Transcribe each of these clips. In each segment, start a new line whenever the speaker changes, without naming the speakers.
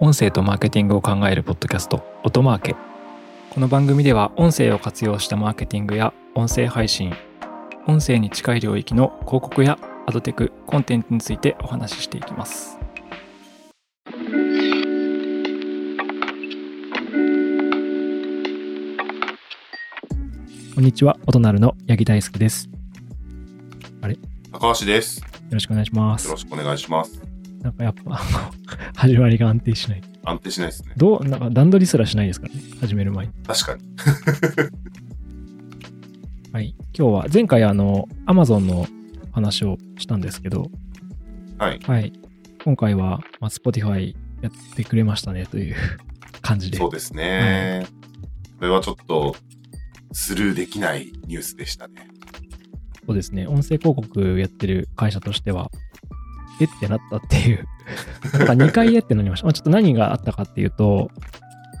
音声とマーケティングを考えるポッドキャスト音マーケこの番組では音声を活用したマーケティングや音声配信音声に近い領域の広告やアドテクコンテンツについてお話ししていきますこんにちは音なるの八木大輔ですよ
高橋です。よ
ろしくお願いします
ろしくお願いします。
なんかやっぱあの始まりが安定しない
安定しないですね。
どうなんか段取りすらしないですからね始める前に
確かに。
はい、今日は前回あの Amazon の話をしたんですけど、
はい。
はい、今回は、まあ、Spotify やってくれましたねという 感じで
そうですね。これはちょっとスルーできないニュースでしたね。
そうですね音声広告やってる会社としてはえってなったって いうなんか2回えってなりました、まあ、ちょっと何があったかっていうと、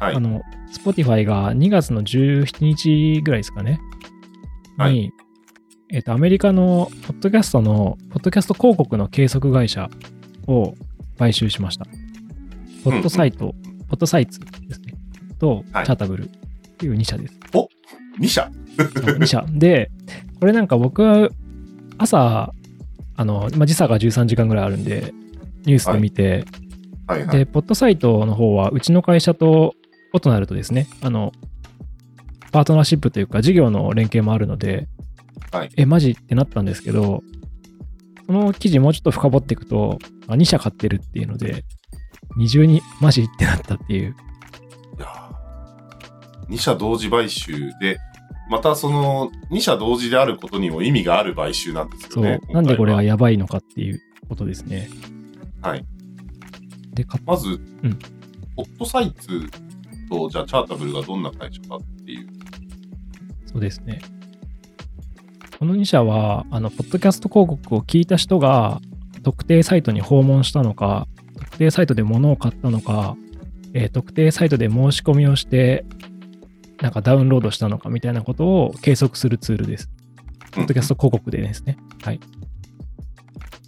はい
あの Spotify が2月の17日ぐらいですかねに、
は
えっとアメリカのポッドキャストのポッドキャスト広告の計測会社を買収しましたポッドサイト、ポッドサイツですねと、
はい
チャータブルっていう2社です
2社
2社。 で、これなんか僕は朝、あの、まあ、時差が13時間ぐらいあるんで、ニュースで見て、
はいはい。
で、ポッドサイトの方は、うちの会社と、異なるとですね、あの、パートナーシップというか、事業の連携もあるので、
はい
え、マジってなったんですけど、その記事もうちょっと深掘っていくと、2社買ってるっていうので、二重にマジってなったっていう。
いや2社同時買収で、またその2社同時であることにも意味がある買収なんです
そ
よ
う、
ね。
なんでこれ
今
が
回
やばいのかっていうことですね。
はい。
で、買っ
まず、
ん
ホットサイツと、じゃあチャータブルがどんな会社かっていう。
そうですね。この2社は、あの、ポッドキャスト広告を聞いた人が、特定サイトに訪問したのか、特定サイトで物を買ったのか、えー特定サイトで申し込みをして、なんかダウンロードしたのかみたいなことを計測するツールです。ポッドキャスト広告でですね。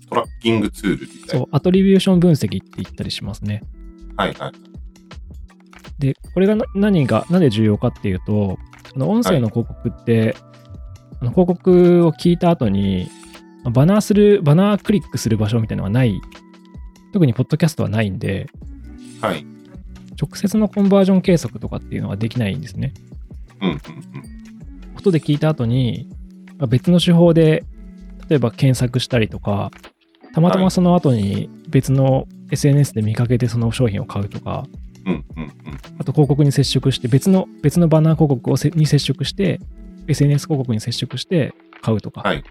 トラッキングツールみたい
そう、アトリビューション分析って言ったりしますね。
な。はいはい。
で、これがな何が、なんで重要かっていうと、あの音声の広告って、あの広告を聞いた後に、まあバナーする、バナークリックする場所みたいなのがない、特にポッドキャストはないんで、
はい。
直接のコンバージョン計測とかっていうのはできないんですね。
うんうんうん。
音で聞いた後に、まあ別の手法で、例えば検索したりとか、たまたまその後に別の SNS で見かけてその商品を買うとか、
うんうんうん。
あと広告に接触して、別の、別のバナー広告をせに接触して、SNS 広告に接触して買うとか、、
はいい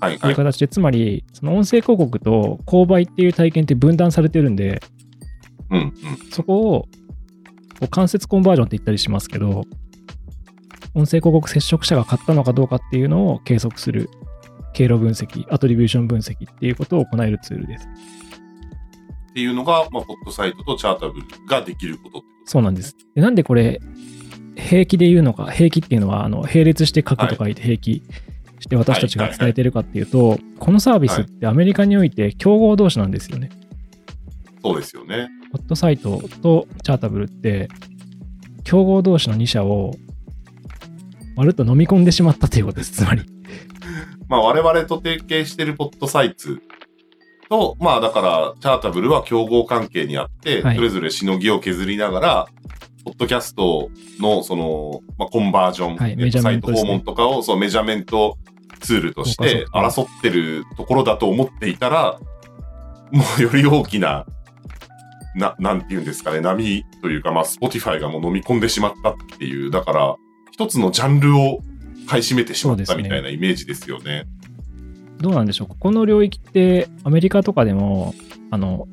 はい
い
は
う
い。
形で、つまり、その音声広告と購買っていう体験って分断されてるんで、
うんうん。
そこを、こう間接コンバージョンって言ったりしますけど、音声広告接触者が買ったのかどうかっていうのを計測する経路分析、アトリビューション分析っていうことを行えるツールです。
っていうのが、まあ、ポッドサイトとチャータブルができることってこと
そうなんです。でなんでこれ、平気で言うのか、平気っていうのは、あの並列して書くと書いて平気して私たちが伝えてるかっていうと、このサービスってアメリカにおいて競合同士なんですよね。
そうですよね。
ホットサイトとチャータブルって、競合同士の2社を、まるっと飲み込んでしまったということです、つまり。
まあ、我々と提携してるポッドサイツと、まあ、だから、チャータブルは競合関係にあって、
はい
それぞれしのぎを削りながら、ポッドキャストの、その、まあ、コンバージョン、
はい
えっと
メジャー
サ
メン
イ
ト
ト
ですね
訪問とかを、そう、メジャーメントツールとし
そう
て
か
争ってるところだと思っていたら、もうより大きな、な、なんていうんですかね、波というか、まあ、スポティファイがもう飲み込んでしまったっていう、だから、一つのジャンルを買い占めてしまっ
そ
た
うですね
みたいなイメージですよね。
どうなんでしょう、ここの領域って、アメリカとかでも、あの、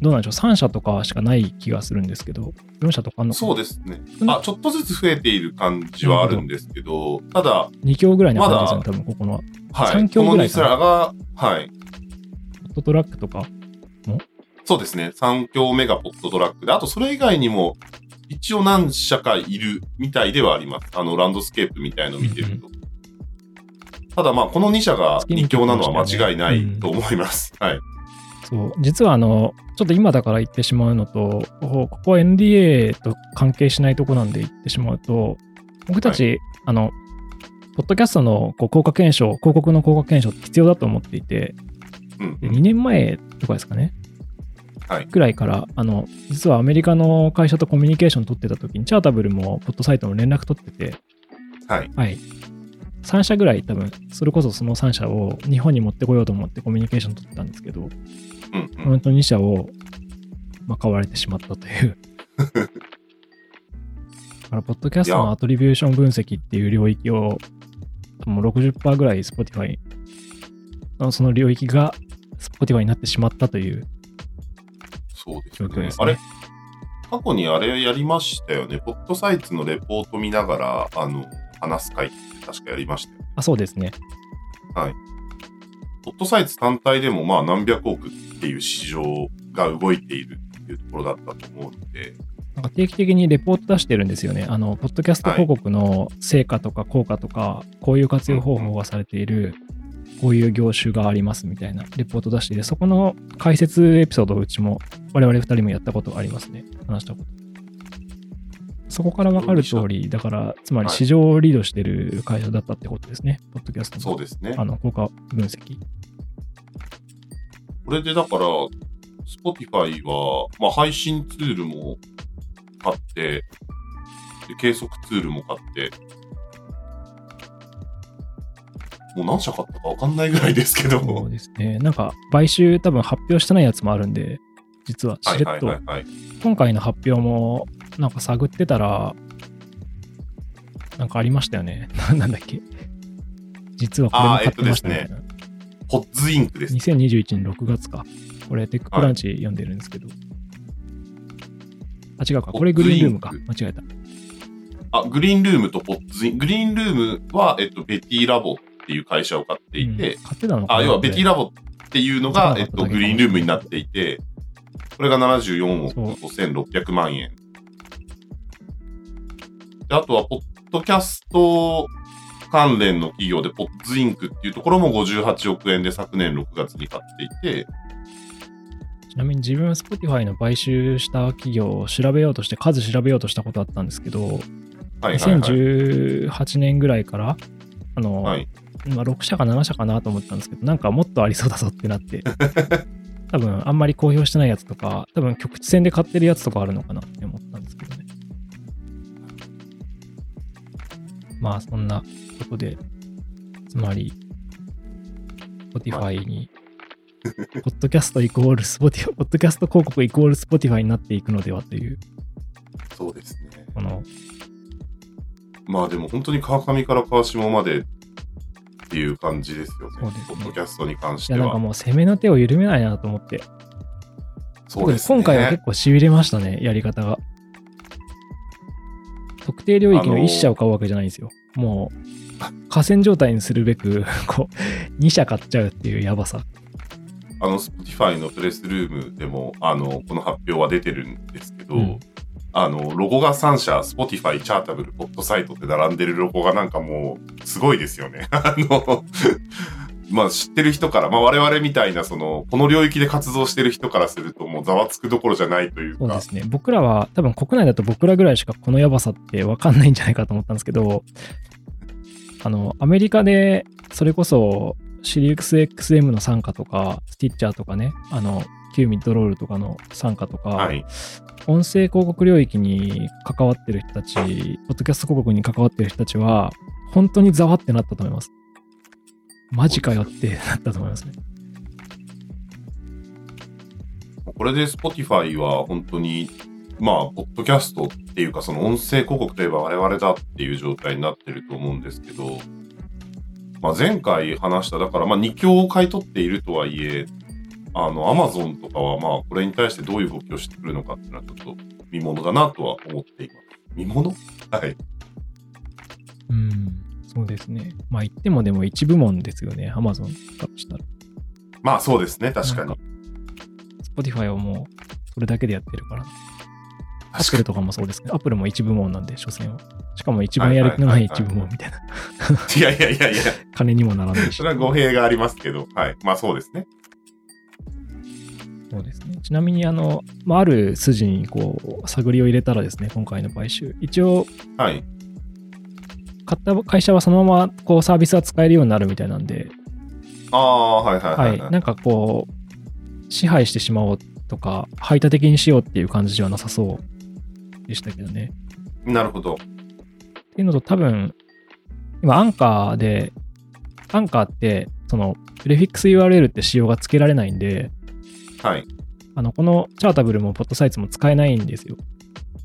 どうなんでしょう、3社とかしかない気がするんですけど、4社とかあんのか
そうですね
う。ん
あ、ちょっとずつ増えている感じはあるんですけど、ただ、
2強ぐらいの感じですよね
ま、
多分ここのは。
は
三
い、
強
こ
ぐ
の
らい
2
かな
社が、はい、
ホットトラックとか、
そうですね、3強目がポットトラックで、あとそれ以外にも、一応何社かいるみたいではあります。あの、ランドスケープみたいの見てると。ただまあ、この2社が
月に
2強なのは
来てましたよ
間
ね
違いないと思います。はい。
そう実はあのちょっと今だから言ってしまうのとここは NDA と関係しないとこなんで言ってしまうと僕たち、あのポッドキャストのこう効果検証広告の効果検証って必要だと思っていて
うん
で2年前とかですかね、
はい
くらいからあの実はアメリカの会社とコミュニケーション取ってた時にチャータブルもポッドサイトも連絡取ってて
はい
はい。3社ぐらい多分、それこそその3社を日本に持ってこようと思ってコミュニケーション取ってたんですけど、
うんうん
そのうちの2社を、まあ、買われてしまったと いう。だから、ポッドキャスト
いや
のアトリビューション分析っていう領域を、もう60%ぐらい Spotify のその領域が Spotify になってしまったという。
そうです
状況
ね。
ですね
あれ過去にあれやりましたよね。ポッドサイツのレポート見ながら、あの、話す会って確かやりましたよ。
あ、そうですね。
ポッドサイツ単体でもまあ何百億っていう市場が動いているっていうところだったと思うので、
なんか定期的にレポート出してるんですよね。あの、ポッドキャスト広告の成果とか効果とか、こういう活用方法がされている、こういう業種がありますみたいなレポート出してて、そこの解説エピソードをうちも、我々2人もやったことありますね。話したこと。そこから分かる通り、だから、つまり市場をリードしてる会社だったってことですね。ポッドキャストの。
そうですね
あ。の、効果分析。
これでだから、Spotify は、まあ、配信ツールも買って、で計測ツールも買って、もう何社買ったか分かんないぐらいですけど、
そうですね。なんか、買収多分発表してないやつもあるんで、実は
は
し
い
れ
はい
っと
はいはい。
今回の発表もなんか探ってたらなんかありましたよね ななんだっけ実はこれも買ってました
あーえ
ね
っ、ポッズインクです。
2021年6月かこれテッククランチ読んでるんですけど、あ違うかこれグリーンルームか
ポッ
間違えた
あ、グリーンルームとポッツイン、グリーンルームは、えっと、ベティラボっていう会社を買っていて、
うん買ってたのかな
あ、要はベティラボっていうのが、
そう
え
な
っ
んだ
と、グリーンルームになっていて、これが74億
そう
5600万円。であとは、ポッドキャスト関連の企業で、ポッズインクっていうところも58億円で昨年6月に買っていて、
ちなみに自分 Spotify の買収した企業を調べようとして数調べようとしたことあったんですけど、
はいはいはい。
2018年ぐらいからあの、
はい、
まあ、6社か7社かなと思ったんですけど、なんかもっとありそうだぞってなって、多分あんまり公表してないやつとか、多分局地戦で買ってるやつとかあるのかなって思ったんですけどね。まあそんなことで、つまり、Spotify に、ポッドキャストイコール Spotify、ポッドキャスト広告イコール Spotify になっていくのではという、
そうですね。
この、
まあでも本当に川上から川下までっていう感じですよね。
そうですね
ポッドキャストに関し
い
て
やなんか
は。
もう攻めの手を緩めないなと思って、
そう
特
で
に
すね。
今回は結構しびれましたね、やり方が。特定領域の1社を買うわけじゃないんですよ。もう、河川状態にするべく、 こう、2社買っちゃうっていうやばさ。
あの、Spotify のプレスルームでも、あの、この発表は出てるんですけど、
うん
あの、ロゴが3社、Spotify、チャータブル、ポッドサイトって並んでるロゴがなんかもう、すごいですよね。 あの、まあ知ってる人から、まあ我々みたいな、その、この領域で活動してる人からすると、もうざわつくどころじゃないという
そうで
か、
すね。僕らは、多分国内だと僕らぐらいしかこのやばさってわかんないんじゃないかと思ったんですけど、あの、アメリカで、それこそ、シリウス XM の傘下とか、スティッチャーとかね、あの、キューミッドロールとかの傘下とか、
はい。
音声広告領域に関わってる人たち、ポッドキャスト広告に関わってる人たちは、本当にざわってなったと思います。マジかよってなったと思いますね。
これで Spotify は本当に、まあ、ポッドキャストっていうか、その音声広告といえば我々だっていう状態になってると思うんですけど、まあ、前回話した、だから、まあ、2強を買い取っているとはいえ、あの、Amazon とかは、まあ、これに対してどういう動きをしてくるのかっていうのは、ちょっと見ものだなとは思っています。見ものはい。
うん、そうですね。まあ言ってもでも一部門ですよね、Amazon だとしたら。
まあ、そうですね。確か
な
に
ん。Spotify はもうそれだけでやってるから。アッ
確
プ
か
ル
に。
とかもそうですね。アップルも一部門なんで、所詮は。しかも一番やる気のない一部門みたいな。
いやいやいやいや、
金にもならないし。
それは語弊がありますけど、はい。まあ、そうですね。
そうですね。ちなみに、あの、まあ、ある筋にこう、探りを入れたらですね、今回の買収。一応、
はい。
買った会社はそのまま、こう、サービスは使えるようになるみたいなんで、
ああ、はいはい
は
はいい、は、い。
なんかこう、支配してしまおうとか、排他的にしようっていう感じではなさそうでしたけどね。
なるほど。
っていうのと、多分今、アンカーで、アンカーって、その、プレフィックス URL って仕様が付けられないんで、
はい。
あのこのチャータブルもポッドサイツも使えないんですよ。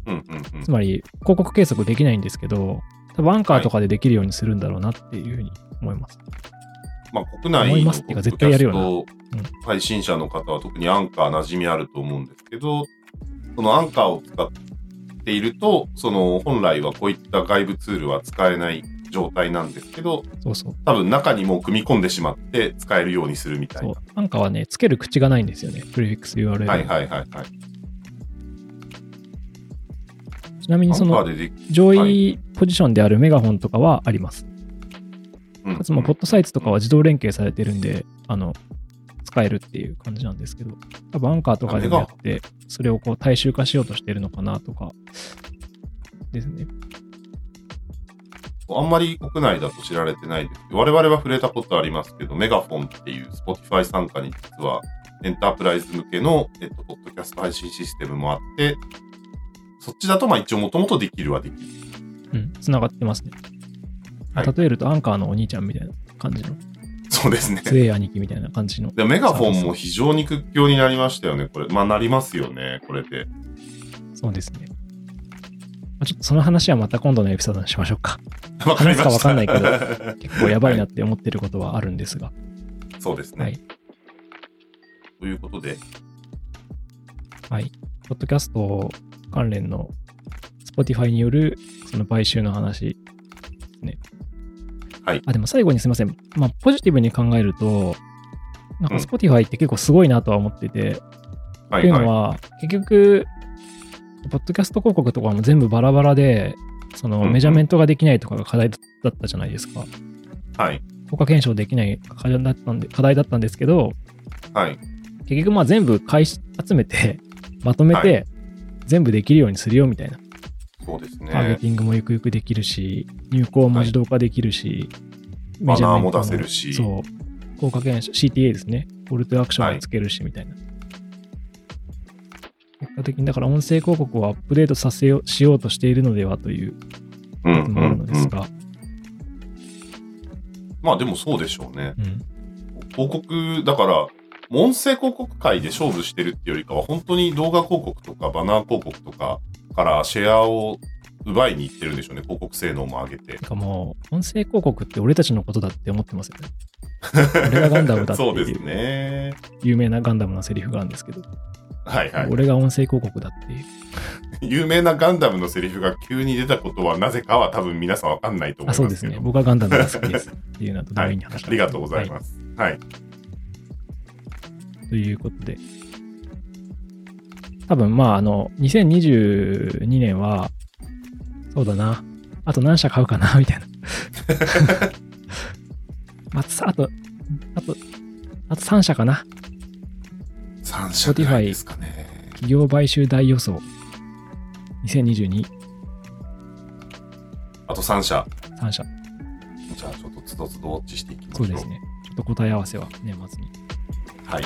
うんうんうん
つ。まり、広告計測できないんですけど、多分アンカーとかでできるようにするんだろうなっていうふうに思います。
まあ、国内
思い
の
ますっていうか絶対やるよな
ポッドキャスト配信者の方は特にアンカー馴染みあると思うんですけど、そのアンカーを使っていると、その本来はこういった外部ツールは使えない状態なんですけど、
そうそう。
多分中にもう組み込んでしまって使えるようにするみたい
そう
な。
アンカーはね、付ける口がないんですよね、プレフィックス URL の。
はいはいはいはい。
ちなみにそ
アン
の
カーででき
上
は
位ポジションであるメガホンとかはあります。
うん
かつまあポッドサイトとかは自動連携されてるんで、あの、使えるっていう感じなんですけど、多分アンカーとかでもやって、それをこう大衆化しようとしてるのかなとか、ですね。
あんまり国内だと知られてないです。我々は触れたことありますけど、メガフォンっていう Spotify 参加に実はエンタープライズ向けの、えっと、ポッドキャスト配信システムもあって、そっちだとまあ一応もともとできるはできる。
うん、つながってますね。
はい
例えるとアンカーのお兄ちゃんみたいな感じの、
そうですね。
強い兄貴みたいな感じの。
でメガフォンも非常に屈強になりましたよね、これ。まあなりますよね、これで。
そうですね。まあちょっとその話はまた今度のエピソードにしましょうか。
わかりました。
話すかわかんないけ結構やばいな
は
って思ってることはあるんですが。
い。 そうですね。
はい
ということで、
はい。ポッドキャスト関連の Spotify によるその買収の話ですね。
はい
あ、でも最後にすみません。まあ、ポジティブに考えると、なんか
うん
Spotify って結構すごいなとは思ってて、
は
とい
い
う
はい。
のは、結局、ポッドキャスト広告とかも全部バラバラで、その
うん
メジャーメントができないとかが課題だったじゃないですか。
はい。
効果検証できない課題だったんで課題だったんですけど、
はい。
結局まあ全部買い集めて、 まとめ
は
て、全部できるようにするよみたいな。
そうですね。
ターゲティングもゆくゆくできるし、入稿も自動化できるし、
バナーも
メジャーメント
出せるし
そう、効果検証、CTA ですね、ボルトアクションもつけるしみたいな。結果的に、だから音声広告をアップデートさせようしようとしているのではという
うん
のもあるのですが、
まあでもそうでしょうね。
うん
広告、だから、もう音声広告界で勝負してるっていうよりかは、本当に動画広告とかバナー広告とかからシェアを奪いに行ってるんでしょうね、広告性能も上げて。
なんかもう、音声広告って俺たちのことだって思ってますよ ね。俺がガンダムだって
そうで
い
す
う
ね。
有名なガンダムのセリフがあるんですけど、
はいはい。
俺が音声広告だっていう。
有名なガンダムのセリフが急に出たことはなぜかは多分皆さんわかんないと思
あ、
い
そう
ま
ですす
けど。
ね。僕はガンダムが好き ですっていうのと同意に話し
ありがとうございます。はい。
ということで、多分まあ、あの、2022年は、そうだな、あと何社買うかな、みた い な。まあ、つあと、あと、あと3社かな。
三社ぐらいですかね。
企業買収大予想。2022、
あと三社。
3社。
じゃあちょっとつどつどウォッチしていきまし
そ
ょ。
ううですね。ちょっと答え合わせは年末に。
はい。